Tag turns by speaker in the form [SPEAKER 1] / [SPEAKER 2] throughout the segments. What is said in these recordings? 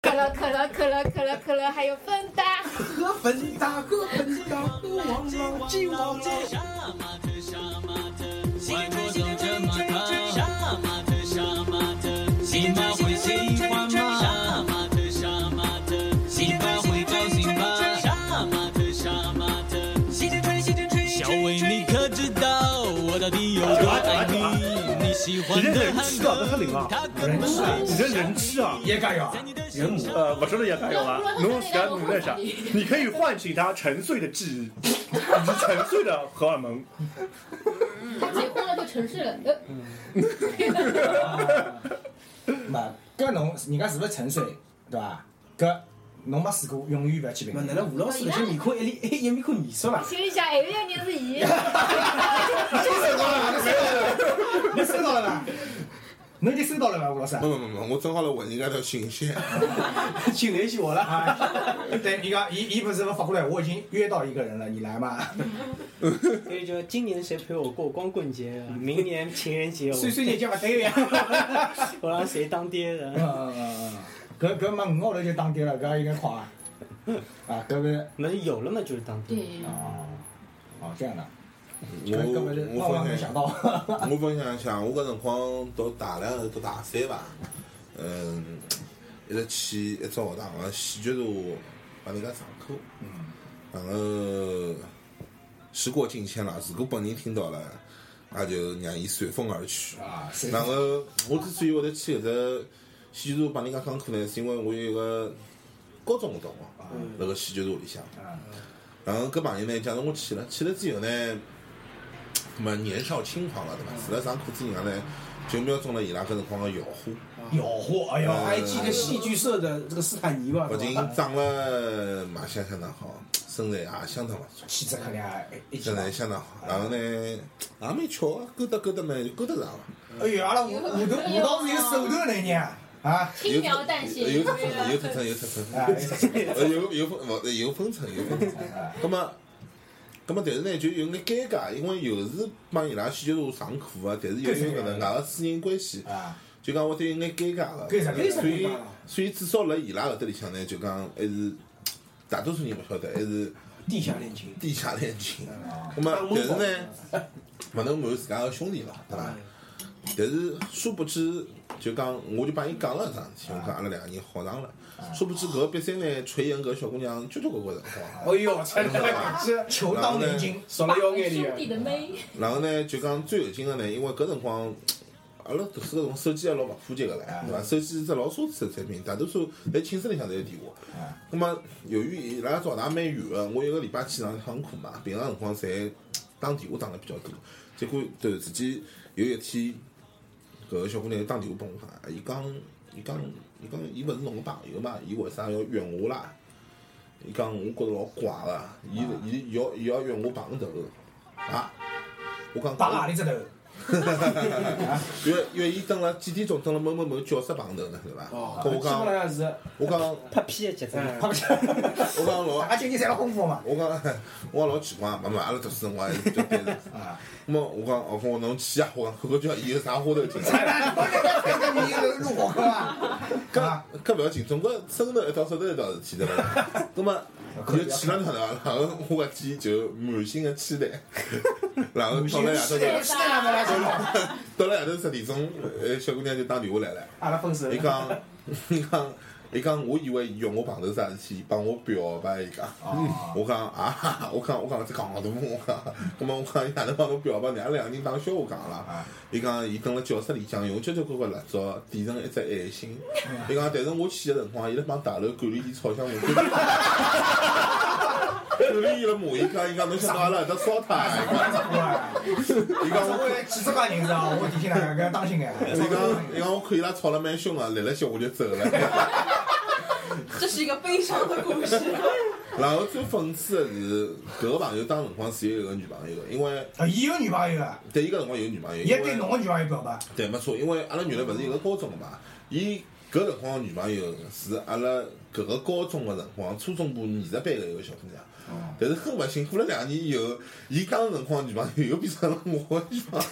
[SPEAKER 1] 可乐可乐可乐可乐可乐，还有芬达。
[SPEAKER 2] 河粉大河粉大河王老鸡王老。
[SPEAKER 3] 心追心追追追杀马特杀马特，心追心追追追杀马特杀马特，心追心追追追杀马特杀马特，心追心追追。小伟，你可知道我到底有多爱你？你喜欢
[SPEAKER 4] 人家
[SPEAKER 3] 的
[SPEAKER 4] 人吃啊，不是零啊，
[SPEAKER 2] 人吃啊
[SPEAKER 4] 你这人吃啊，
[SPEAKER 2] 也
[SPEAKER 5] 哎
[SPEAKER 2] 敢有？
[SPEAKER 4] 人母，呃，我说的也太有了，奴喜欢奴在啥？你可以唤醒他沉睡的记忆，以及沉睡的荷尔蒙。
[SPEAKER 1] 他结婚了就成事了，呃，
[SPEAKER 5] 嘛，搿侬人家是勿是沉睡，对伐？搿侬没试过，永远勿要去评
[SPEAKER 2] 嘛，
[SPEAKER 5] 论。
[SPEAKER 2] 哪能吴老师搿些面孔一 哎里一一面孔严肃啦？
[SPEAKER 1] 心里想，哎，要你是姨，
[SPEAKER 5] 侬收到了伐？ 侬已经收到了伐，吴老师？
[SPEAKER 6] 没没没，我正好来问人家条信息。
[SPEAKER 2] 请联系我了。
[SPEAKER 7] 哎
[SPEAKER 5] 啊，对， 伊讲伊伊不是勿发过来，我已经约到一个人了，你来嘛？
[SPEAKER 7] 所以就今年谁陪我过光棍节啊？明年情人节
[SPEAKER 5] 岁
[SPEAKER 7] 我
[SPEAKER 5] 岁年节勿对呀。
[SPEAKER 7] 我让谁当爹
[SPEAKER 5] 嗯
[SPEAKER 7] 的？
[SPEAKER 5] 嗯嗯嗯，搿搿嘛五号头就打掉了，搿应该垮啊。啊，搿个
[SPEAKER 7] 那有了嘛就是当爹。
[SPEAKER 1] 对，
[SPEAKER 5] 哦，哦这样的，搿
[SPEAKER 6] 我
[SPEAKER 5] 搿勿是万
[SPEAKER 6] 我
[SPEAKER 5] 万
[SPEAKER 6] 分
[SPEAKER 5] 没
[SPEAKER 6] 享
[SPEAKER 5] 想，到。
[SPEAKER 6] 我分享一下，我搿辰光读大两后读大三伐，嗯，一直去一只学堂个戏剧社帮人家上课，
[SPEAKER 5] 嗯，
[SPEAKER 6] 然后时过境迁了，如果本人听到了，那就让伊随风而去。
[SPEAKER 5] 啊，是
[SPEAKER 6] 然后我之所以会得去搿只戏剧社帮人家上课呢，是因为我有一个高中个同学，辣盖戏剧社里向。
[SPEAKER 5] 啊
[SPEAKER 6] 然后搿朋友呢，假如我去了，去了之后呢，那么年少轻狂了，对伐？除了上课之外呢，就瞄中了伊拉搿辰光个校花，
[SPEAKER 5] 摇货，哎
[SPEAKER 2] 哎呦，
[SPEAKER 6] 嗯
[SPEAKER 5] 呦，
[SPEAKER 2] 还记得戏剧社的这个斯坦尼吧？
[SPEAKER 6] 不仅长了嘛相相当好，身材也相当勿错，
[SPEAKER 5] 气质肯定也一起
[SPEAKER 6] 身。材相当好。然后呢，也蛮巧个，勾搭勾搭呢就勾搭上了，
[SPEAKER 5] 哎呦，阿拉舞舞蹈舞蹈是有手段的呢，啊，
[SPEAKER 1] 轻描淡
[SPEAKER 6] 有
[SPEAKER 1] 写，
[SPEAKER 6] 特征，有特征，有特征，
[SPEAKER 5] 啊，
[SPEAKER 6] 呃，有有分勿有分寸，有分寸。咁么，咁么，但是呢，就有眼尴尬，因为又是帮伊拉戏剧社上课啊，但是又有搿能介个私人关系，
[SPEAKER 5] 啊，
[SPEAKER 6] 就讲会得有眼尴尬个。
[SPEAKER 5] 干啥干啥
[SPEAKER 6] 所
[SPEAKER 2] 尴
[SPEAKER 6] 以
[SPEAKER 2] 尬了，
[SPEAKER 6] 所以至少辣伊拉搿搭里向呢，就讲还是大多数人勿晓得，还是
[SPEAKER 2] 地下恋情。
[SPEAKER 6] 地下恋情。咁么，但是呢，勿能瞒自家个兄弟嘛，对伐？
[SPEAKER 5] 嗯
[SPEAKER 6] 但是殊不知，就讲我就帮伊讲了桩事体，我讲阿拉两个人好上了。
[SPEAKER 5] 嗯
[SPEAKER 6] 殊不知搿个瘪三呢，垂涎搿小姑娘交交关关辰光。
[SPEAKER 2] 哎呦， 真的是
[SPEAKER 5] 求当年金，
[SPEAKER 2] 爽了要眼
[SPEAKER 1] 兄弟
[SPEAKER 2] 里。
[SPEAKER 1] 的妹，
[SPEAKER 6] 然后呢，就讲最后劲个呢，因为搿辰光，阿拉搿是搿种手机还老勿普及个唻，对伐？手机是只老奢侈个产品，大多数在寝室里向侪有电话。葛啊么，由于伊拉教堂蛮远个，我一个礼拜去上一趟课嘛，平常辰光侪打电话打得比较多。结果突然之间有一天，搿个小姑娘就打电话拨我讲，伊讲，伊讲，伊讲，伊勿是侬个朋友嘛，伊为啥要约我啦？伊讲我觉着老怪个，伊伊要伊要约我碰头啊！我讲
[SPEAKER 5] 打阿里只头，
[SPEAKER 6] 因为因为伊等了几点钟，等了某某某教室碰头呢，对伐？
[SPEAKER 2] 哦，
[SPEAKER 6] 跟我
[SPEAKER 2] 基本
[SPEAKER 6] 讲，
[SPEAKER 2] 上是
[SPEAKER 6] 我讲，
[SPEAKER 7] 拍片的节奏，
[SPEAKER 2] 嗯
[SPEAKER 5] 他不是，大
[SPEAKER 6] 我讲老，
[SPEAKER 5] 家今年侪老功夫 嘛，
[SPEAKER 6] 我讲，我讲老奇怪，妈妈，阿拉读书辰光还是比较单纯。
[SPEAKER 5] 啊，
[SPEAKER 6] 那么我讲，哦，跟我侬去啊，我讲看看叫伊有啥花头劲。
[SPEAKER 5] 你入火坑啊，
[SPEAKER 6] 搿搿勿要紧，总归身头一道，手头一道事体对伐？那么就去了趟了，然后我搿天就满心的期待，然后到了夜头，
[SPEAKER 1] 对吧？
[SPEAKER 6] 到了夜头十点钟，呃，小姑娘就打电话来了。
[SPEAKER 2] 阿拉分手。
[SPEAKER 6] 伊讲， 伊讲，伊讲，我以为伊约我碰头啥事体，帮我表白。伊讲，我讲啊，我讲，我讲，这戆大我讲，葛末我讲，伊哪能帮侬表白？俺两个人打笑话讲啦。伊讲，伊蹲辣教室里向用交交关关蜡烛点成一只爱心。伊讲，但是我去个辰光，伊辣帮大楼管理员吵相骂。管理员辣骂伊讲，伊讲侬想到阿拉搿搭烧他啊？伊讲
[SPEAKER 5] 哇，
[SPEAKER 6] 伊
[SPEAKER 5] 搿
[SPEAKER 6] 讲我
[SPEAKER 5] 我。有几十块人是啊，我提醒大家搿要当心眼，
[SPEAKER 6] 伊讲，伊讲我看伊拉吵了蛮凶啊，来了歇我就走了。
[SPEAKER 8] 这是一个悲伤的故事。
[SPEAKER 6] 然后最讽刺的是，搿个朋友当辰光是有一个女朋友的，因为
[SPEAKER 5] 啊，伊有女朋友啊，
[SPEAKER 6] 对伊搿辰光有女朋友，
[SPEAKER 5] 伊
[SPEAKER 6] 因
[SPEAKER 5] 还对
[SPEAKER 6] 为
[SPEAKER 5] 侬个女朋友表白，
[SPEAKER 6] 对没错，因为阿拉原来勿是一个高中的嘛，伊搿辰光的女朋友是阿拉搿个高中个辰光初中部艺术班个一个小姑娘，
[SPEAKER 5] 哦
[SPEAKER 6] 但是很勿幸过了两年以后，伊当辰光的女朋友又变成了我个女朋友，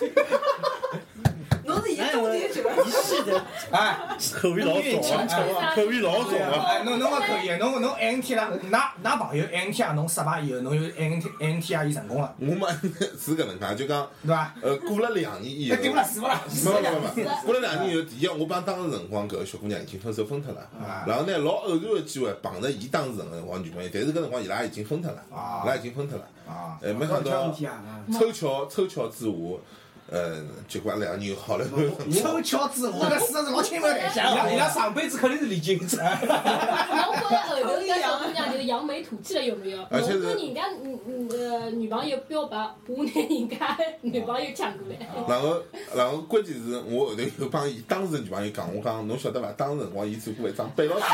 [SPEAKER 8] 侬是一个终结者，
[SPEAKER 7] 一系的
[SPEAKER 5] 哎
[SPEAKER 4] 口味老重
[SPEAKER 7] 哎
[SPEAKER 4] 啊，口味老重啊。
[SPEAKER 5] 哎，侬侬勿可以，侬侬 NT 啦，㑚㑚啊朋友 NT 啊，侬失败以后，侬有 NT NT 啊，伊成功了，
[SPEAKER 6] 我嘛是搿能介，就讲
[SPEAKER 5] 对伐？
[SPEAKER 6] 呃过了两年以
[SPEAKER 5] 那哎
[SPEAKER 6] 后。
[SPEAKER 5] 对勿啦？是勿啦？
[SPEAKER 6] 没没没没，过了两年以后，第一，我帮当时辰光搿个小姑娘已经分手分脱了，
[SPEAKER 5] 啊
[SPEAKER 6] 然后呢，老偶然的机会碰着伊当时辰光女朋友，但是搿辰光伊拉已经分脱了，
[SPEAKER 5] 啊
[SPEAKER 6] 伊拉已经分脱了，
[SPEAKER 5] 啊，
[SPEAKER 6] 哎，没想
[SPEAKER 2] 问
[SPEAKER 6] 到
[SPEAKER 2] 题啊，
[SPEAKER 6] 凑巧凑巧之下，呃，结果阿拉两个人又好了，
[SPEAKER 5] 抽巧之后，搿事实是老轻描淡
[SPEAKER 2] 哎
[SPEAKER 5] 写
[SPEAKER 7] 伊拉伊拉
[SPEAKER 5] 的。
[SPEAKER 7] 上辈子肯定是李金子，
[SPEAKER 9] 然后后来后头搿小姑娘就扬眉吐气了，有没有？
[SPEAKER 6] 而且是
[SPEAKER 9] 我跟人家嗯嗯呃女朋友表白，我拿人家男朋友抢过来。
[SPEAKER 6] 然后然后关键是我后头又帮伊当时女朋友讲，我讲侬晓得伐？当时辰光伊做过一张背老师，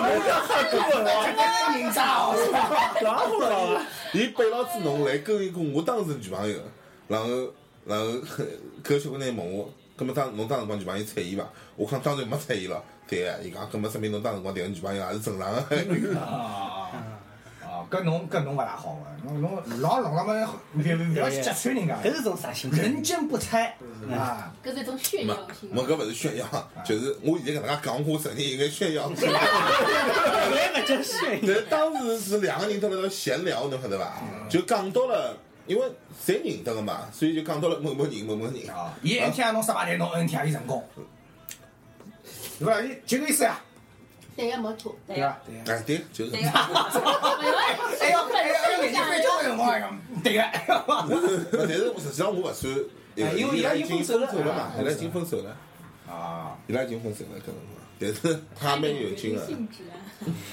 [SPEAKER 5] 这个人渣 哦，是吧？
[SPEAKER 4] 然后呢？
[SPEAKER 6] 伊背牢子侬来勾引过我当时女朋友，然后然后呃搿小姑娘问我，葛么当侬当辰光女朋友睬伊伐？我讲当然没睬伊了，对个，伊讲葛么说明侬当辰光迭个女朋友也是正常个。
[SPEAKER 5] 啊啊，搿侬搿侬勿大好个，侬侬老老了嘛，别别别去揭穿人家，
[SPEAKER 7] 搿是种啥心嗯情？
[SPEAKER 5] 人间不拆啊！
[SPEAKER 9] 搿是一种炫
[SPEAKER 6] 没
[SPEAKER 9] 耀性，
[SPEAKER 6] 没搿勿是炫耀，就是我现在搿能介讲，我承认应该炫耀。
[SPEAKER 7] 本来勿叫炫耀，
[SPEAKER 6] 但当时是两个人在那头闲聊，侬晓得伐？就讲到了，因为侪认得个嘛，所以就讲到了某某人某某人。
[SPEAKER 5] 啊，伊 NT 啊，侬失败但侬 NT 啊，伊成功，对伐？伊就搿意思啊呀，
[SPEAKER 1] 对呀，没错。
[SPEAKER 5] 对伐？对
[SPEAKER 2] 啊
[SPEAKER 6] 哎，对，就是。
[SPEAKER 8] 对呀，
[SPEAKER 5] 哎呦，哎呦，哎呦，年纪睡觉的辰光，哎呀 对个，
[SPEAKER 6] 但是实际上我勿算，
[SPEAKER 7] 哎因为
[SPEAKER 6] 伊
[SPEAKER 7] 伊
[SPEAKER 6] 拉
[SPEAKER 7] 拉
[SPEAKER 6] 已
[SPEAKER 7] 已
[SPEAKER 6] 经
[SPEAKER 7] 经
[SPEAKER 6] 分
[SPEAKER 7] 分
[SPEAKER 6] 手
[SPEAKER 7] 手
[SPEAKER 6] 了
[SPEAKER 7] 了
[SPEAKER 6] 嘛
[SPEAKER 7] 嘛，
[SPEAKER 6] 伊拉已经分手了，
[SPEAKER 5] 啊，
[SPEAKER 6] 伊拉已经分手了，搿辰光。但是他蛮有劲个，
[SPEAKER 9] 性质啊，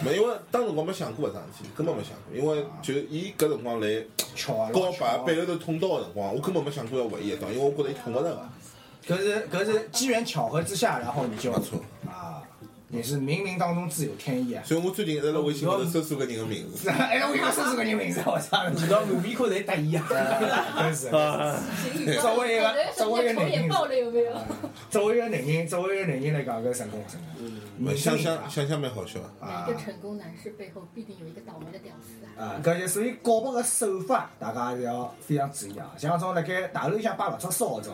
[SPEAKER 6] 没因为当辰光没想过搿桩事体，根本没想过，因为就伊搿辰光来
[SPEAKER 5] 巧啊，
[SPEAKER 6] 告
[SPEAKER 5] 老
[SPEAKER 6] 白
[SPEAKER 5] 巧
[SPEAKER 6] 背后头捅刀个辰光，我根本没想过要回伊一刀，因为我觉着伊捅勿着个。
[SPEAKER 5] 可是可是机缘巧合之下，然后你就
[SPEAKER 6] 没错，
[SPEAKER 5] 啊，也是冥冥当中自有天意啊。
[SPEAKER 6] 所以我最近一直辣微信高头搜索搿人个名字。
[SPEAKER 5] 哎，我又搜索个人名字，我操！
[SPEAKER 7] 你 到满面孔侪得意啊！
[SPEAKER 5] 真是，
[SPEAKER 4] 啊，
[SPEAKER 5] 作为一个作为一个
[SPEAKER 9] 头
[SPEAKER 5] 男
[SPEAKER 9] 也
[SPEAKER 5] 人，
[SPEAKER 9] 爆了有没有？
[SPEAKER 5] 作为一个男人，作为一个男人来讲，搿成功成功，
[SPEAKER 6] 想想想想蛮好笑的，
[SPEAKER 5] 啊
[SPEAKER 9] 一个成功男士背后必定有一个倒霉的屌丝啊！
[SPEAKER 5] 啊，搿就所以告白个手法，大家是要非常注意啊。像搿种辣盖大楼里向摆勿出骚种，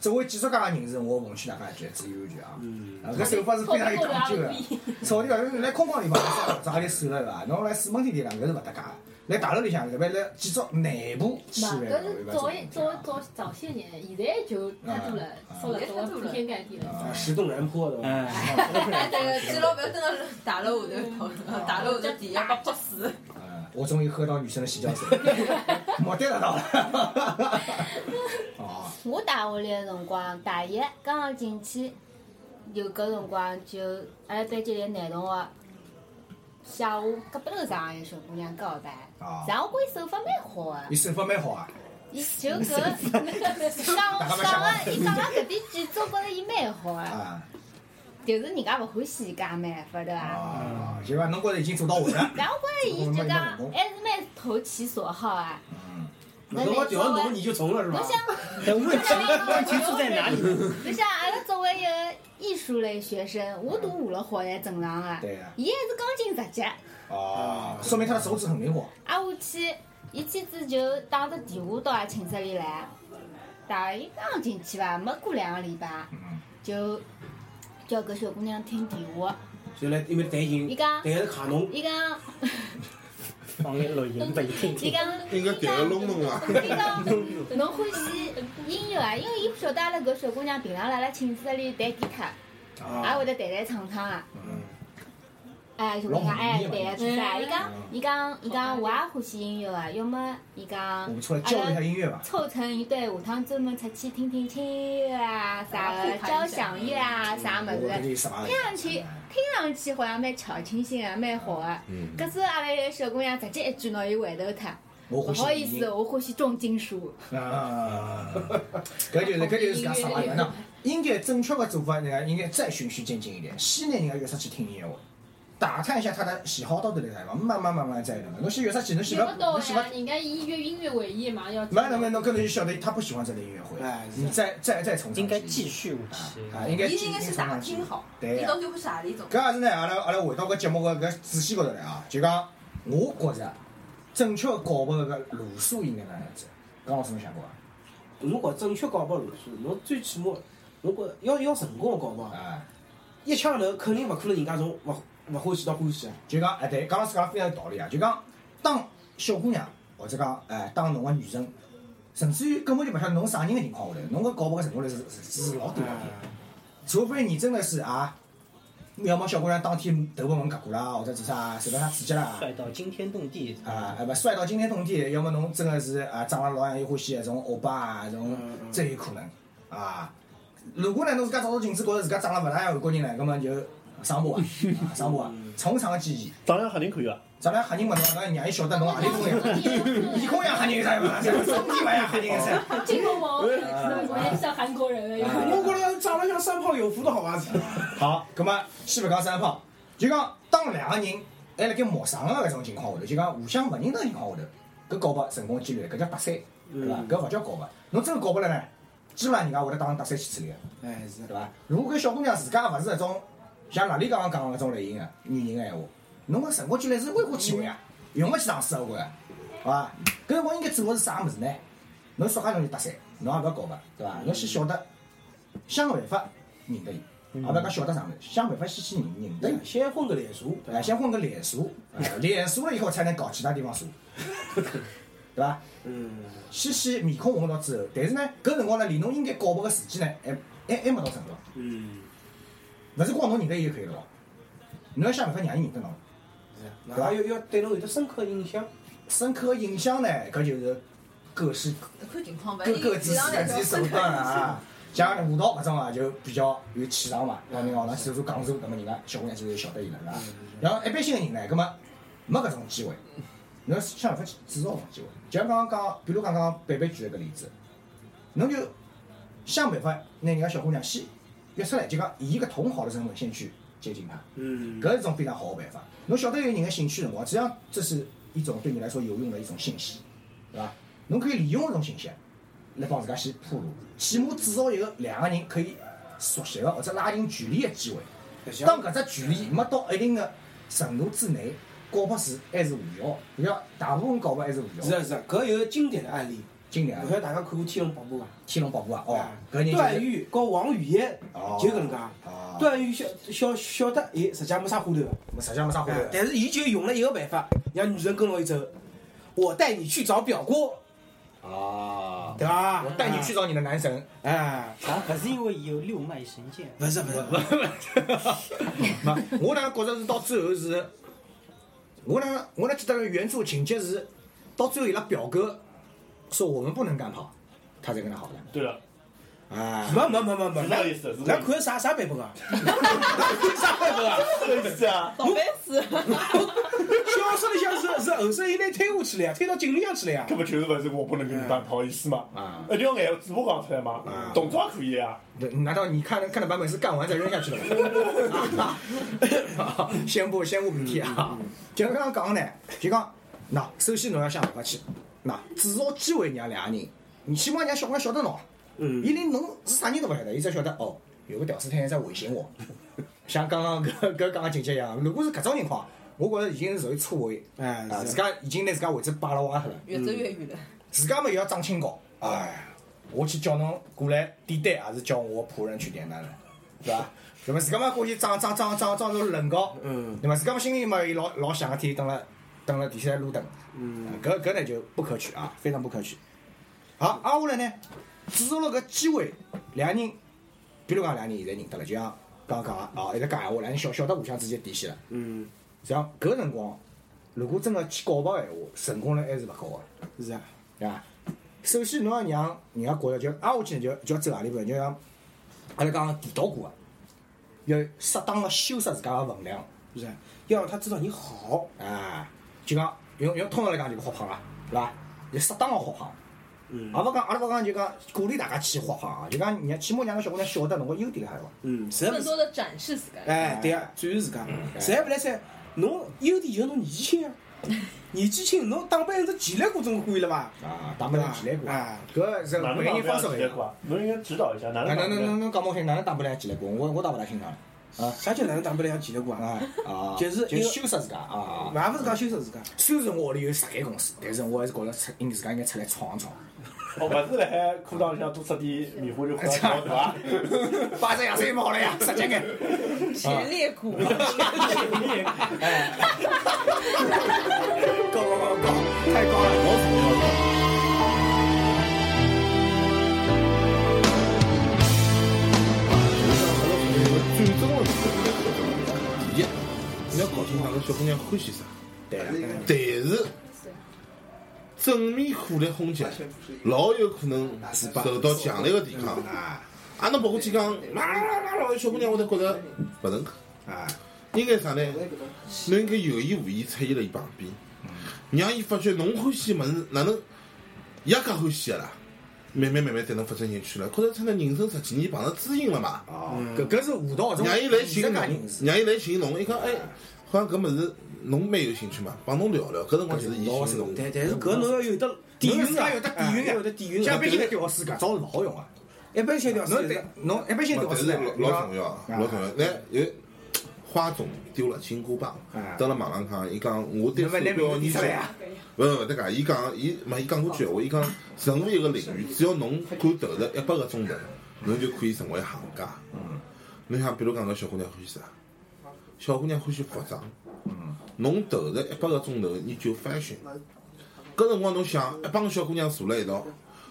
[SPEAKER 5] 作为艺术家个人士，我奉劝大家一句注意安全啊。啊，搿手法是非常有讲究 个。草地高头来空旷地方，啥也算了对伐？侬来水门天地上搿是勿搭界的。来大楼里向，特别来建筑内部
[SPEAKER 9] 嘛，
[SPEAKER 5] 千万
[SPEAKER 9] 搿
[SPEAKER 5] 勿要
[SPEAKER 9] 是
[SPEAKER 5] 有
[SPEAKER 9] 早
[SPEAKER 5] 种
[SPEAKER 9] 一
[SPEAKER 5] 问题
[SPEAKER 9] 早
[SPEAKER 5] 啊
[SPEAKER 9] 早早些年，现在就太多了，烧了早铺天盖地了。
[SPEAKER 5] 啊
[SPEAKER 7] 石洞难破的嘛，
[SPEAKER 5] 啊
[SPEAKER 2] 哎
[SPEAKER 8] 这个基佬不要蹲到大楼下头跑，大楼下头底下把泼死。
[SPEAKER 5] 啊！我终于喝到女生的洗脚水， 目的达到了。 哦，
[SPEAKER 10] 我大学里个辰光，大一刚刚进去，有搿辰光就阿拉班级里男同学向我隔壁头上有小姑娘告白，
[SPEAKER 5] 啊
[SPEAKER 10] 然后我觉伊手法蛮 好个、
[SPEAKER 5] 伊手法蛮好啊，
[SPEAKER 10] 伊就搿讲 讲个，伊讲个搿点举止，我觉着伊蛮好个，
[SPEAKER 5] 啊
[SPEAKER 10] 就是人家勿欢喜伊家蛮法对伐？
[SPEAKER 5] 啊，就讲侬觉着已经做到位了。
[SPEAKER 10] 然后我觉着伊就讲还是蛮投其所好啊，
[SPEAKER 5] 嗯，
[SPEAKER 10] 那
[SPEAKER 7] 侬
[SPEAKER 10] 你
[SPEAKER 7] 光调
[SPEAKER 10] 作
[SPEAKER 7] 到侬
[SPEAKER 10] 为，
[SPEAKER 7] 你就中了是吧
[SPEAKER 10] 侬？想。
[SPEAKER 7] 但问题问题出在哪里？
[SPEAKER 10] 你想，阿拉作为一个艺术类学生，我读武了好也正常啊。
[SPEAKER 5] 对啊
[SPEAKER 10] 伊还是钢琴十级，
[SPEAKER 5] 哦，说明他的手指很灵活。
[SPEAKER 10] 啊，我去，伊天子就打着电话到阿啊寝室里来，大一刚进去吧，没过两个礼拜
[SPEAKER 5] 嗯，
[SPEAKER 10] 就叫搿小姑娘听电话，
[SPEAKER 7] 就来因为担
[SPEAKER 10] 伊
[SPEAKER 7] 心，
[SPEAKER 10] 讲，
[SPEAKER 7] 但是卡侬
[SPEAKER 10] 伊讲，
[SPEAKER 7] 放眼录音拨伊听
[SPEAKER 10] 伊
[SPEAKER 7] 听。
[SPEAKER 10] 讲，
[SPEAKER 6] 应该调个龙门啊伐？
[SPEAKER 10] 伊讲，侬欢喜音乐啊？因为伊不晓得阿拉搿小姑娘平常辣辣寝室里弹吉他，
[SPEAKER 5] 啊
[SPEAKER 10] 也会得弹弹唱唱啊。哎，就讲哎，对，是啊，伊讲，
[SPEAKER 8] 嗯
[SPEAKER 10] 伊讲，伊讲，我也欢喜音乐啊，要么伊
[SPEAKER 5] 我
[SPEAKER 10] 讲
[SPEAKER 5] 们出来交流一下音乐吧。
[SPEAKER 10] 凑成一对，下趟专门出去听听轻乐啊，啥个交响乐啊，啥么
[SPEAKER 5] 我
[SPEAKER 10] 子。
[SPEAKER 5] 跟你说啊，
[SPEAKER 10] 听上去，听上去好像蛮巧清新啊，蛮好啊。
[SPEAKER 6] 嗯，
[SPEAKER 10] 可是阿拉个小姑娘直接一句拿伊回头脱，
[SPEAKER 5] 我
[SPEAKER 10] 不
[SPEAKER 5] 欢喜
[SPEAKER 10] 好意思，我欢喜重金属。
[SPEAKER 5] 啊，搿就是搿就是自家啥玩意呢？应该正确的做法，人家应该再循序渐进一点，先拿人家约出去听音乐会，打探一下他的喜好到底是啥地方，慢慢慢慢再那个。侬先约出去，侬喜
[SPEAKER 9] 学
[SPEAKER 5] 欢
[SPEAKER 9] 不到
[SPEAKER 5] 侬喜欢
[SPEAKER 9] 呀，，人家音乐音乐伟业嘛要。
[SPEAKER 5] 慢慢慢慢侬可能就晓得他不喜欢这类音乐会，
[SPEAKER 7] 哎
[SPEAKER 5] 你再再再重新
[SPEAKER 7] 应该继续哎下去。
[SPEAKER 5] 啊，应该
[SPEAKER 8] 伊
[SPEAKER 5] 继续
[SPEAKER 8] 应该是
[SPEAKER 5] 冲
[SPEAKER 8] 打
[SPEAKER 5] 上去
[SPEAKER 8] 听好，
[SPEAKER 5] 对
[SPEAKER 8] 伊
[SPEAKER 5] 呀
[SPEAKER 8] 到底欢喜哪里种？
[SPEAKER 5] 搿也是呢，阿拉阿拉回到搿节目个搿主线高头来啊，就讲我觉着正确的告白搿路数应该哪能样子？刚老师侬想过伐？
[SPEAKER 7] 如果正确搞不如是，侬最起码
[SPEAKER 2] 侬觉着要要成功个搞嘛，
[SPEAKER 5] 啊
[SPEAKER 2] 一腔头肯定勿可能人家从勿勿欢喜到欢喜啊。
[SPEAKER 5] 就讲哎，对，刚老师讲得非常有道理啊。就讲当小姑娘或者讲哎，当侬个女生，甚至于根本就勿晓得侬啥人个情况下头，侬搿搞拨个成功率是是是老低个。除非你真的是啊，要么小姑娘当天头被门夹过啦，或者是啥受到啥刺激啦，
[SPEAKER 7] 帅到惊天动地
[SPEAKER 5] 啊，哎不摔到惊天动地，要么侬真的是啊长得老像又欢喜那种欧巴啊，这种真有可能啊。如果呢侬自家照照镜子，觉着自家长得勿大像韩国人呢，葛么就上步啊，啊上步啊，从长计议。
[SPEAKER 4] 当然肯定可以啊。
[SPEAKER 5] 长得像黑人嘛，侬让让伊晓得侬何里公样，面孔像黑人噻嘛，身体勿像黑人噻。
[SPEAKER 9] 这个我我也像韩国人了，有
[SPEAKER 5] 啊
[SPEAKER 9] 点
[SPEAKER 2] 哎我觉着长得像三炮有福的好啊， 是
[SPEAKER 5] 好，葛么先勿讲三炮，就讲当两个人还辣盖陌生啊个搿种情况下头，就讲互相勿认得个情况下头，搿告白成功几率搿叫搭讪，对伐？搿勿叫告白，侬真个告白了呢，基本上人家会得当搭讪去处理个，
[SPEAKER 2] 哎是
[SPEAKER 5] 对伐？如果搿小姑娘自家勿是搿种像哪里刚刚讲个搿种类型个女人个闲话，侬搿成功几率是微乎其微啊，用勿起上四个个，好伐？搿辰光应该做个是啥物事呢？侬说哈侬就搭讪，侬也勿要告白，对伐？侬先晓得想办法认得伊，也勿要讲晓得啥物事，想办法先去认认得伊。
[SPEAKER 2] 先混个脸熟，
[SPEAKER 5] 哎，先混个脸熟，哎脸熟了以后才能搞其他地方熟，对伐？
[SPEAKER 2] 嗯，
[SPEAKER 5] 先先面孔混到之后，但是呢，搿辰光呢，离侬应该告白个时机呢，还还还没到辰光，
[SPEAKER 2] 嗯，
[SPEAKER 5] 勿是光侬认得伊就可以了哦，侬要想办法让伊认得侬。
[SPEAKER 2] 是啊，那还要要对侬有得深刻印象，
[SPEAKER 5] 深刻印象呢，搿就是各式
[SPEAKER 8] 看情况吧，
[SPEAKER 5] 各各自
[SPEAKER 8] 几张
[SPEAKER 5] 自
[SPEAKER 8] 两
[SPEAKER 5] 己
[SPEAKER 8] 张
[SPEAKER 5] 手段啊。像舞蹈搿种啊，就比较有气场嘛，让人学堂去做讲座，那么人家小姑娘就会晓得伊了，是伐？然后一般性个人呢，葛末没搿种机会，侬想办法去制造搿种机会。就像刚刚讲，比如讲刚刚贝贝举了个例子，侬就想办法拿人家小姑娘先约出来，就讲以一个同好的身份先去接近她。
[SPEAKER 2] 嗯，
[SPEAKER 5] 搿是一种非常好的办法。侬晓得有人的兴趣辰光，实际上这是一种对你来说有用的一种信息，对伐？侬可以利用搿种信息来帮自家先铺路，起码制造一个两个人可以熟悉的或者拉近距离的机会。当搿只距离没到一定的程度之内，告白是还是无效。就像大部分告白还是无
[SPEAKER 2] 是
[SPEAKER 5] 效。
[SPEAKER 2] 啊是啊，搿有个经典的案例，
[SPEAKER 5] 今年
[SPEAKER 2] 勿晓得大家看过《天龙八部》伐？
[SPEAKER 5] 天龙八部啊，啊哦，搿人就
[SPEAKER 2] 段
[SPEAKER 5] 是
[SPEAKER 2] 誉和王语嫣
[SPEAKER 5] 哦
[SPEAKER 2] 就搿能介。
[SPEAKER 5] 啊，
[SPEAKER 2] 段誉晓晓晓得，伊实际上没啥花头的，
[SPEAKER 5] 实际上没啥好
[SPEAKER 2] 哎
[SPEAKER 5] 的。
[SPEAKER 2] 但是伊就用了一个办法，让女人跟牢伊走。我带你去找表哥，
[SPEAKER 5] 啊，
[SPEAKER 2] 对吧？
[SPEAKER 5] 我带你去找你的男神。
[SPEAKER 2] 哎，
[SPEAKER 7] 啊，还是因为伊有六脉神剑。
[SPEAKER 2] 不是不是不是，
[SPEAKER 5] 嘛，我呢觉着是到最后是，我呢我呢记得原著情节是，到最后伊拉表哥说我们不能干炮，他才跟他好的。
[SPEAKER 4] 对了，
[SPEAKER 5] 啊，
[SPEAKER 2] 没没没没没，
[SPEAKER 4] 是这个意思是这个意思
[SPEAKER 2] 咱看啥啥版本啊？啥版本啊？
[SPEAKER 4] 是啊，
[SPEAKER 8] 倒霉死了，
[SPEAKER 2] 小说里向是是后生伊拿推下去了呀，推到井里向去了呀
[SPEAKER 4] 根。本就是不是我不能跟你当好意思嘛，
[SPEAKER 5] 啊
[SPEAKER 4] 一定要眼嘴巴讲出来嘛，动作也可以啊，
[SPEAKER 5] 对难道你看看的版 本是干完再扔 下去的吗？啊先不先不问题
[SPEAKER 2] 嗯
[SPEAKER 5] 啊，就像刚刚讲的呢，就讲，那首先侬要想办法去，那制造机会让两个人，你起码让小姑娘晓得侬。
[SPEAKER 2] 嗯
[SPEAKER 5] 伊连侬是啥人都勿晓得，伊只晓得哦，有个屌丝太监在微信我。 像刚刚搿搿讲个情节一样，如果是搿种情况，我觉着已经是属于错位，
[SPEAKER 2] 哎
[SPEAKER 5] 啊，自
[SPEAKER 2] 是
[SPEAKER 5] 家已经拿自家位置摆了歪脱了，
[SPEAKER 8] 越走越远了。
[SPEAKER 5] 自家嘛也要长清高。哎，我去叫侬过来点单，还是叫我仆人去点单了，对伐？那么自家嘛过去装装装装装成冷高，
[SPEAKER 2] 嗯
[SPEAKER 5] 那么自家嘛心里嘛有老老想个天，等了等了第三路等，
[SPEAKER 2] 嗯，
[SPEAKER 5] 搿搿呢就不可取啊，非常不可取。好，挨下来呢，制造了个机会，两个人，比如讲两个人现在认得了，就像刚刚讲的啊，一直讲闲话，两人晓晓得互相之间底线了。
[SPEAKER 2] 嗯，
[SPEAKER 5] 像搿辰光，如果真个去告白闲话，成功率还是勿高个，
[SPEAKER 2] 是啊，
[SPEAKER 5] 对伐？首先侬要让人家觉着就挨下去呢，就就要走何里步，就像阿拉刚刚提到过个，要适当个修饰自家个分量。
[SPEAKER 2] 是啊，要让他知道你好。
[SPEAKER 5] 啊，就讲用用通常来讲就是好胖啦，是伐？就适当个好胖，
[SPEAKER 2] 嗯
[SPEAKER 5] 阿勿讲阿拉勿讲就讲鼓励大家去好胖啊，就讲让起码让个小姑娘晓得侬个优点还是伐？
[SPEAKER 2] 嗯，实在不
[SPEAKER 8] 更
[SPEAKER 2] 是
[SPEAKER 8] 多的展示自个，
[SPEAKER 2] 哎，对啊，展示自家。实在不来三，侬优点就是侬年轻啊，年纪轻，侬打扮成只前来股总可以了伐？
[SPEAKER 5] 啊，打扮成起来过，
[SPEAKER 2] 啊
[SPEAKER 5] 搿是
[SPEAKER 4] 哪能
[SPEAKER 5] 每
[SPEAKER 4] 当
[SPEAKER 5] 个人
[SPEAKER 4] 不
[SPEAKER 5] 方
[SPEAKER 4] 了
[SPEAKER 5] 式勿
[SPEAKER 4] 起
[SPEAKER 5] 一
[SPEAKER 4] 来
[SPEAKER 5] 样
[SPEAKER 4] 过。啊？侬应该指导一下，哪
[SPEAKER 5] 啊，
[SPEAKER 4] 能
[SPEAKER 5] 侬
[SPEAKER 4] 当不
[SPEAKER 5] 侬侬
[SPEAKER 4] 了？
[SPEAKER 5] 侬讲勿清，哪能打扮来起来过？我我打勿大清爽了。
[SPEAKER 2] 啥叫哪能打扮得像前来股啊？
[SPEAKER 5] 啊啊，
[SPEAKER 2] 就是
[SPEAKER 5] 就
[SPEAKER 2] 一个
[SPEAKER 5] 修饰自家啊。啊
[SPEAKER 2] 嘛勿是讲修饰自家，
[SPEAKER 5] 虽然我屋里有十间公司，但是我还是觉着出应自家应该出来闯一闯。
[SPEAKER 4] 哦，勿是辣海裤裆里向多塞点棉 花就可以了，对伐？
[SPEAKER 5] 把这牙塞毛了
[SPEAKER 2] 啊
[SPEAKER 5] 呀，直接给。
[SPEAKER 8] 前列
[SPEAKER 5] 啊
[SPEAKER 8] 骨，
[SPEAKER 5] 高高高高，太高了，老鼠要高。
[SPEAKER 6] 最终的第一，你要搞清楚阿拉小姑娘欢喜啥。
[SPEAKER 5] 对啊，
[SPEAKER 6] 但是正面火力轰击，老有可能受到强烈的抵抗。啊阿侬勿过去讲，啦啦啦啦，小姑娘会得觉着勿认可。
[SPEAKER 2] 哎
[SPEAKER 5] 啊，
[SPEAKER 6] 应该啥呢？侬应该有意无意出现了伊旁边，让伊发觉侬欢喜的物事哪能伊也介欢喜个啦。慢慢慢慢才能发展进去了，觉着出来人生十几年碰着知音了嘛。
[SPEAKER 2] 哦
[SPEAKER 5] 搿搿是舞蹈中
[SPEAKER 6] 让伊来
[SPEAKER 5] 艺
[SPEAKER 6] 寻
[SPEAKER 5] 术
[SPEAKER 6] 侬
[SPEAKER 5] 家人士，
[SPEAKER 6] 让伊来寻侬，伊讲哎，好像搿物事侬蛮有兴趣嘛，帮侬聊聊。搿辰光其实伊
[SPEAKER 5] 老
[SPEAKER 6] 寻
[SPEAKER 5] 是
[SPEAKER 6] 侬，
[SPEAKER 5] 但
[SPEAKER 2] 但是搿侬要有得底蕴啊，
[SPEAKER 5] 有得底蕴啊
[SPEAKER 2] 哎有得底蕴啊。
[SPEAKER 5] 像一般性的屌丝，搿招是勿好用啊。
[SPEAKER 2] 一般性屌丝
[SPEAKER 5] 侬
[SPEAKER 2] 是
[SPEAKER 5] 得侬一般性屌
[SPEAKER 6] 但
[SPEAKER 5] 丝
[SPEAKER 6] 是
[SPEAKER 5] 呢
[SPEAKER 6] 老老重要啊，老重要。那有花总丢了金箍棒
[SPEAKER 5] 啊，
[SPEAKER 6] 登了网浪讲，伊讲我对
[SPEAKER 5] 侬
[SPEAKER 6] 手
[SPEAKER 5] 勿拿
[SPEAKER 6] 表
[SPEAKER 5] 名
[SPEAKER 6] 艺
[SPEAKER 5] 字
[SPEAKER 6] 术
[SPEAKER 5] 出来啊，
[SPEAKER 6] 勿勿勿，迭个伊讲伊没伊讲过句闲话，伊讲任何一个领域，只要侬敢投入一百个钟头，侬就可以成为行家。侬想，比如讲搿小姑娘欢喜啥？小姑娘欢喜服装。侬投入一百个钟头研究 fashion，搿辰光侬想一帮小姑娘坐辣一道，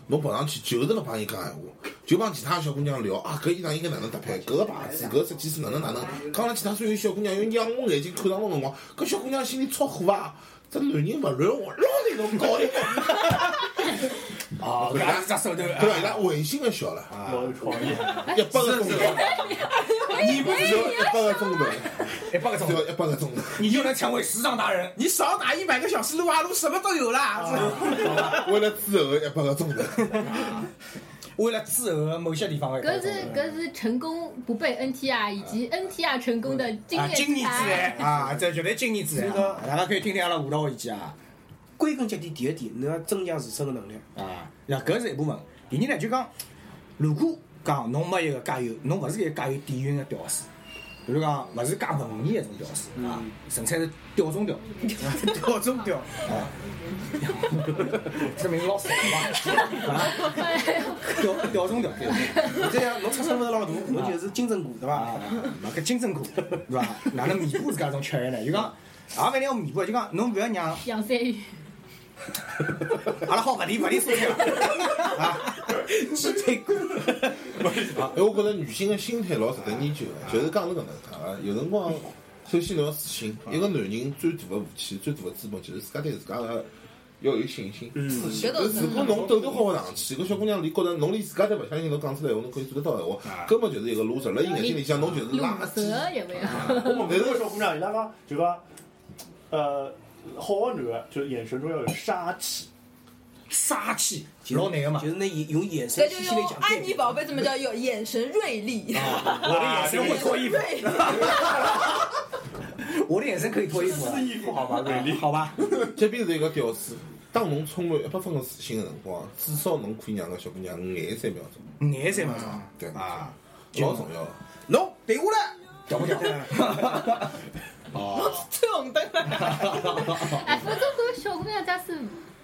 [SPEAKER 6] 侬跑上去就是辣帮伊讲闲话，就帮其他小姑娘聊啊，搿衣裳应该哪能搭配，搿个牌子，搿设计师哪能哪能，讲了其他所有小姑娘用仰慕眼睛看上侬辰光，搿小姑娘心里超火啊！这男人勿乱我，老对侬搞一个，
[SPEAKER 5] 哦，搿也是只手段啊
[SPEAKER 6] 对伐？伊拉违心的笑了，
[SPEAKER 4] 老有创意。
[SPEAKER 6] 一百个钟头，你们只要一百个 钟头，
[SPEAKER 5] 一百个钟
[SPEAKER 6] 只要
[SPEAKER 5] 头，
[SPEAKER 6] 一百个钟头。
[SPEAKER 5] 你就能成为时尚达人。
[SPEAKER 2] 你少打一百个小时撸啊撸，什么都有啦。是吧
[SPEAKER 6] 为了之后一百个钟头，
[SPEAKER 5] 为了之后某些地方的一百
[SPEAKER 9] 搿
[SPEAKER 5] 个
[SPEAKER 9] 是
[SPEAKER 5] 钟头，
[SPEAKER 9] 搿是成功不被 NTR 以及 NTR 成功的经
[SPEAKER 5] 啊，经
[SPEAKER 9] 验
[SPEAKER 5] 验之谈啊，这绝对经验之谈啊。大家可以听听阿拉舞蹈意见啊。
[SPEAKER 2] 归根结底，第一点，侬要增强自身的能力。
[SPEAKER 5] 啊，呀，搿是一部分。第二呢，就讲，如果讲侬没一个介有，侬勿是一个介有底蕴个屌丝，比如讲勿是介文艺一种屌丝啊，纯粹是屌中屌，
[SPEAKER 2] 吊钟吊，
[SPEAKER 5] 啊，这名字老怂嘛， 啊，屌屌中屌，对伐？
[SPEAKER 2] 这样侬出身勿是老大，侬就是金针菇对伐
[SPEAKER 5] 啊？，搿金针菇是伐？哪能弥补自家搿种缺陷呢？就讲，也勿一定要弥补，就讲侬勿要让
[SPEAKER 9] 杨三 鱼，
[SPEAKER 5] 阿拉好勿理勿理说开了啊，鸡腿骨。
[SPEAKER 6] 哎，我觉着女性的心态老值得研究的，就是讲是搿能介啊。有辰光，首先侬要自信，
[SPEAKER 5] 嗯
[SPEAKER 6] 一个男人最大的武器、最大的资本就是自家对自家个要有信心、
[SPEAKER 5] 嗯
[SPEAKER 6] 自信。如果侬斗斗好上去，搿小姑娘连觉着侬连自家都勿相信，侬讲出来闲话，侬可以做得到闲
[SPEAKER 5] 啊
[SPEAKER 6] 话，根本就是一个 loser。辣伊眼睛里向，侬就是垃
[SPEAKER 9] 鲁
[SPEAKER 6] 圾。
[SPEAKER 9] 蛇有没有？
[SPEAKER 4] 我问过小姑娘，伊拉讲就讲，呃，好的男的，就是眼神中要有杀气。
[SPEAKER 5] 杀气，老难个嘛
[SPEAKER 2] 就。是那眼用眼
[SPEAKER 8] 这
[SPEAKER 2] 神
[SPEAKER 8] 就
[SPEAKER 2] 细细的
[SPEAKER 8] 用
[SPEAKER 2] 讲
[SPEAKER 8] 安妮宝贝怎么叫有眼神锐利，
[SPEAKER 6] 啊
[SPEAKER 5] 我的眼神会脱衣服，
[SPEAKER 8] 锐利，
[SPEAKER 5] 我的眼神可以脱衣服啊。
[SPEAKER 4] 撕衣服好吧，瑞丽。
[SPEAKER 5] 好吧，
[SPEAKER 6] 这边是一个屌丝。当侬充满一百分的自信的辰光，至少侬可以让搿小姑娘眼三秒钟，
[SPEAKER 5] 眼神嘛是吧？
[SPEAKER 6] 对
[SPEAKER 5] 啊，
[SPEAKER 6] 老重要的。
[SPEAKER 2] 侬停下来，
[SPEAKER 5] 屌不屌？哦，
[SPEAKER 8] 吹红灯了。
[SPEAKER 9] 哎，反正搿小姑娘假使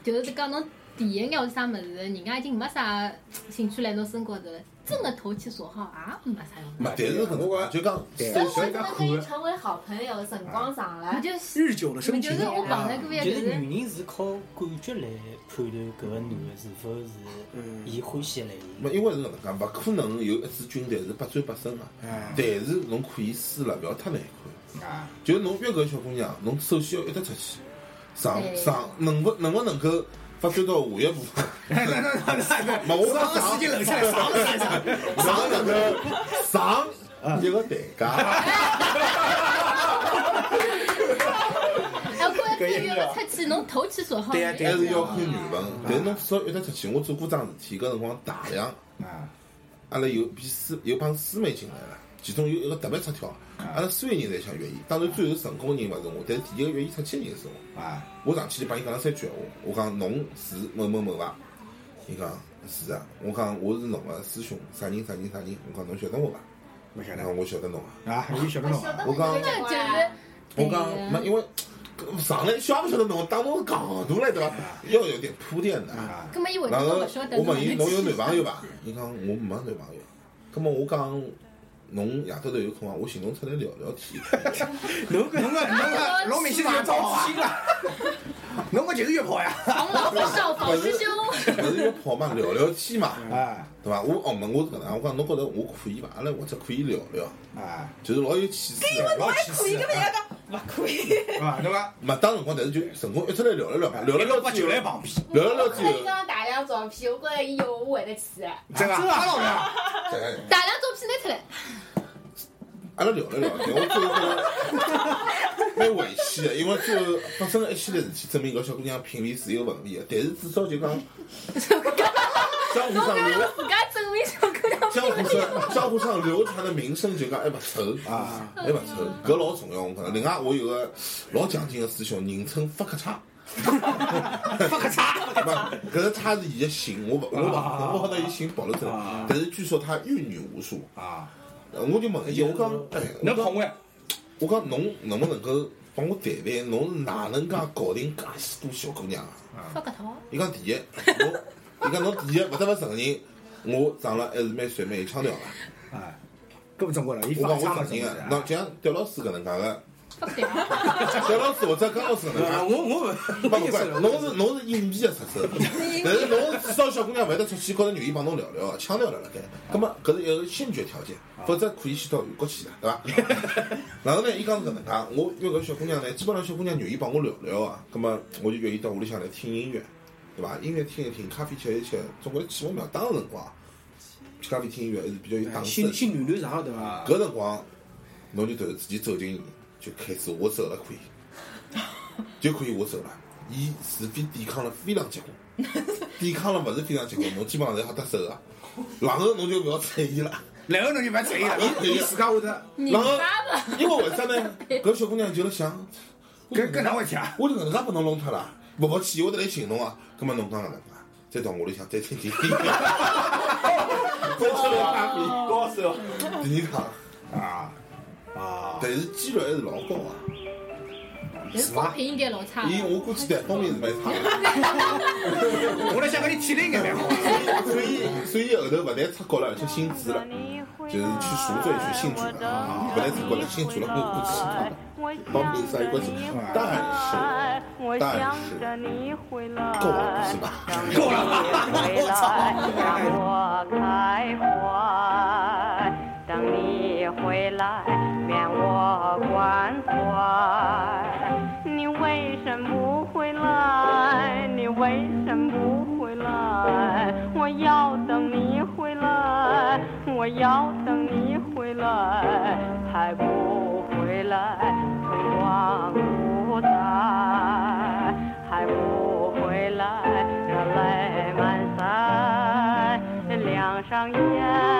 [SPEAKER 9] 就是讲侬第一眼是啥物事，人家已经没啥兴趣来侬身高头了，真的投其所好也没啥用。
[SPEAKER 6] 没，但是搿
[SPEAKER 5] 啊
[SPEAKER 6] 能介就讲，
[SPEAKER 5] 对
[SPEAKER 6] 首
[SPEAKER 5] 所
[SPEAKER 6] 先
[SPEAKER 5] 以讲
[SPEAKER 10] 们可以成为好朋友，辰光长了
[SPEAKER 9] 你，就是
[SPEAKER 2] 日久了生啊
[SPEAKER 9] 就
[SPEAKER 2] 情
[SPEAKER 9] 是。我碰着过一个
[SPEAKER 7] 就
[SPEAKER 9] 就是是。
[SPEAKER 7] 女人是靠感觉来判断搿个男的是否是伊欢喜的类
[SPEAKER 6] 没，
[SPEAKER 7] 型。
[SPEAKER 6] 因为是搿能介，勿可能有一支军队是百战百胜个。
[SPEAKER 5] 哎
[SPEAKER 6] 但是侬可以输了，勿要太难看。
[SPEAKER 5] 啊，
[SPEAKER 6] 就是侬约搿小姑娘，侬首先要一得出去，上
[SPEAKER 10] 对
[SPEAKER 6] 上能勿能勿能够发展到下一步？
[SPEAKER 5] 那那那那
[SPEAKER 6] 没我
[SPEAKER 5] 上个
[SPEAKER 6] 讲
[SPEAKER 5] 世纪
[SPEAKER 6] 上
[SPEAKER 5] 留下来啥不啥啥，
[SPEAKER 6] 上能够上一个代价，
[SPEAKER 9] 哎，关键约勿出去，侬投其所好。
[SPEAKER 2] 对呀
[SPEAKER 9] 呀
[SPEAKER 2] 对
[SPEAKER 6] 还
[SPEAKER 2] 呀
[SPEAKER 6] 是要看缘分。但是侬至少约得出去。我做过桩事体，搿辰光大洋，
[SPEAKER 5] 啊，
[SPEAKER 6] 阿拉有比师有帮师妹进来了，其中有一个特别出挑，
[SPEAKER 5] 啊
[SPEAKER 6] 阿拉所有人侪想约伊。当然最后成功的人勿是我，但是第一个约伊出去的人是我。
[SPEAKER 5] 啊，
[SPEAKER 6] 我上去就帮伊讲了三句闲话，我讲侬是某某某伐？伊讲是啊，我讲我是侬个师兄，啥人啥人啥人，我讲侬晓得我伐？
[SPEAKER 5] 没晓
[SPEAKER 6] 伊
[SPEAKER 5] 得
[SPEAKER 6] 讲我晓得侬啊。
[SPEAKER 5] 啊，你晓得侬啊
[SPEAKER 10] 晓得
[SPEAKER 6] 我讲
[SPEAKER 10] 侬
[SPEAKER 9] 那
[SPEAKER 10] 讲
[SPEAKER 9] 就是
[SPEAKER 6] 我讲没，因为上来晓不晓得侬当侬戆大来对伐？
[SPEAKER 5] 啊
[SPEAKER 6] 要有点铺垫的。
[SPEAKER 9] 搿么伊回去
[SPEAKER 6] 然后
[SPEAKER 9] 都勿晓得
[SPEAKER 6] 我问伊侬有男朋友
[SPEAKER 9] 伐？
[SPEAKER 6] 伐？伊讲我没男朋友。葛么我讲侬夜到头有空伐？啊我寻侬出来聊聊天。
[SPEAKER 2] 侬个
[SPEAKER 5] 侬个侬个老明显是要招妻了，侬个就是约炮呀。
[SPEAKER 9] 防老不少，防师兄。
[SPEAKER 6] 勿是要跑嘛，聊聊天嘛，对伐？我哦问我是搿能，我讲侬觉着我可以伐？阿拉或者可以聊聊，
[SPEAKER 5] 啊，
[SPEAKER 6] 就是老有气势
[SPEAKER 8] 因为
[SPEAKER 6] 的，
[SPEAKER 8] 侬
[SPEAKER 6] 老
[SPEAKER 8] 还
[SPEAKER 6] 气
[SPEAKER 8] 可以，
[SPEAKER 6] 势
[SPEAKER 8] 搿
[SPEAKER 6] 的
[SPEAKER 8] 么。人家讲勿可以。
[SPEAKER 5] 啊，对伐？
[SPEAKER 6] 嘛，当辰光，但是就辰光一出来聊了聊嘛，聊了聊
[SPEAKER 5] 把
[SPEAKER 6] 之
[SPEAKER 5] 酒
[SPEAKER 6] 后，
[SPEAKER 5] 来旁边，
[SPEAKER 6] 聊了聊之
[SPEAKER 10] 看一
[SPEAKER 6] 后，
[SPEAKER 10] 张大量照片，我觉着伊有我会得去的。
[SPEAKER 5] 真个啊，老娘，
[SPEAKER 6] 哎
[SPEAKER 9] 大量照片拿出来，
[SPEAKER 6] 阿拉聊了聊，然后最后觉得蛮危险的，因为最后发生了一系列事体，证明搿小姑娘品味是有问题的。但是至少 就讲，
[SPEAKER 9] 侬
[SPEAKER 6] 江湖上
[SPEAKER 9] 搿
[SPEAKER 6] 流
[SPEAKER 9] 是自家证明小姑娘
[SPEAKER 6] 江湖上江湖上流传的名声就讲哎还勿臭
[SPEAKER 5] 啊，
[SPEAKER 6] 还勿臭，搿老重要。我讲，另外我有个老讲究的师兄，人称发克叉。
[SPEAKER 5] 发个叉，
[SPEAKER 6] 不，搿是他是伊的姓，我勿我勿我勿晓得伊姓暴露出来
[SPEAKER 5] 啊，
[SPEAKER 6] 但是据说他阅女无数。
[SPEAKER 5] 啊，
[SPEAKER 6] 我就问伊，我讲，哎，我
[SPEAKER 5] 侬跑
[SPEAKER 6] 讲，
[SPEAKER 5] 我呀？
[SPEAKER 6] 我讲侬能不能够帮我谈谈，侬是哪能介搞定介许多小姑娘啊？
[SPEAKER 9] 发搿套，
[SPEAKER 6] 伊讲第一，我，伊讲侬第一勿得勿承认，我长了还是蛮帅蛮有腔调的。
[SPEAKER 5] 啊，搿不中国了，伊
[SPEAKER 6] 我
[SPEAKER 5] 发
[SPEAKER 6] 讲
[SPEAKER 5] 个叉
[SPEAKER 6] 我
[SPEAKER 5] 嘛，
[SPEAKER 6] 啊
[SPEAKER 5] 中
[SPEAKER 6] 承认
[SPEAKER 5] 国
[SPEAKER 6] 的，
[SPEAKER 2] 啊
[SPEAKER 6] 那就像刁老师搿能介 个，
[SPEAKER 9] 发搿套，
[SPEAKER 6] 刁老师或者江老师搿能介
[SPEAKER 2] 啊，。 我我勿
[SPEAKER 6] 不不不，侬是侬是隐蔽的出 身，但是侬至少小姑娘勿会得出去，觉着愿意帮侬聊聊，腔调聊辣盖。葛末搿是一个先决条件，否则可以去到韩国去了，对伐？ 然后呢，伊讲是搿能介，我因为搿小姑娘呢，基本上小姑娘愿意帮我聊聊啊，葛末我就愿意到屋里向来听音乐，对伐？音乐听一听，咖啡吃一吃，总归起码秒当个辰光，吃咖啡听音乐还是比较有
[SPEAKER 2] 哎
[SPEAKER 6] 档次
[SPEAKER 2] 先
[SPEAKER 6] 的。
[SPEAKER 2] 先暖暖场对伐？
[SPEAKER 6] 搿辰光，侬就突然之间走进伊，就开始我走了 可以，就可以我走了。伊除非抵抗了非常 结棍，抵抗了勿是非常结棍，侬基本上侪好得手 个。然后侬就勿要睬伊了，
[SPEAKER 5] 然后侬就勿睬伊了，伊伊自家会得，
[SPEAKER 9] 你
[SPEAKER 6] 然后
[SPEAKER 9] 发吧，
[SPEAKER 6] 因为为啥呢？搿小姑娘就辣想，
[SPEAKER 5] 搿搿哪回事啊？
[SPEAKER 6] 我就搿能介拨侬弄脱了，勿好气，我得来寻侬啊。葛末侬讲搿能介，再到屋里向再 听 听。多吃了咖啡，
[SPEAKER 4] 高手，
[SPEAKER 6] 第二趟，
[SPEAKER 5] 啊啊，
[SPEAKER 6] 但是几率还是老高啊。
[SPEAKER 9] 人风评应该老差。
[SPEAKER 6] 伊我估计单方面是蛮差的。
[SPEAKER 5] 我来想搿你体力应该蛮好。
[SPEAKER 6] 所以所以后头勿但出国了，而且新住了，就是去赎罪去信主了啊！勿但出国了，信主了，我过去一趟，帮凭啥有关系？但是但是够了不是吧？
[SPEAKER 5] 够了吧？我操！
[SPEAKER 3] 我开怀，等你回来，免我关怀。你为什么不回来？你为什么不回来？我要等你回来，我要等你回来，还不回来，春光不再，还不回来，热泪满腮。梁上燕。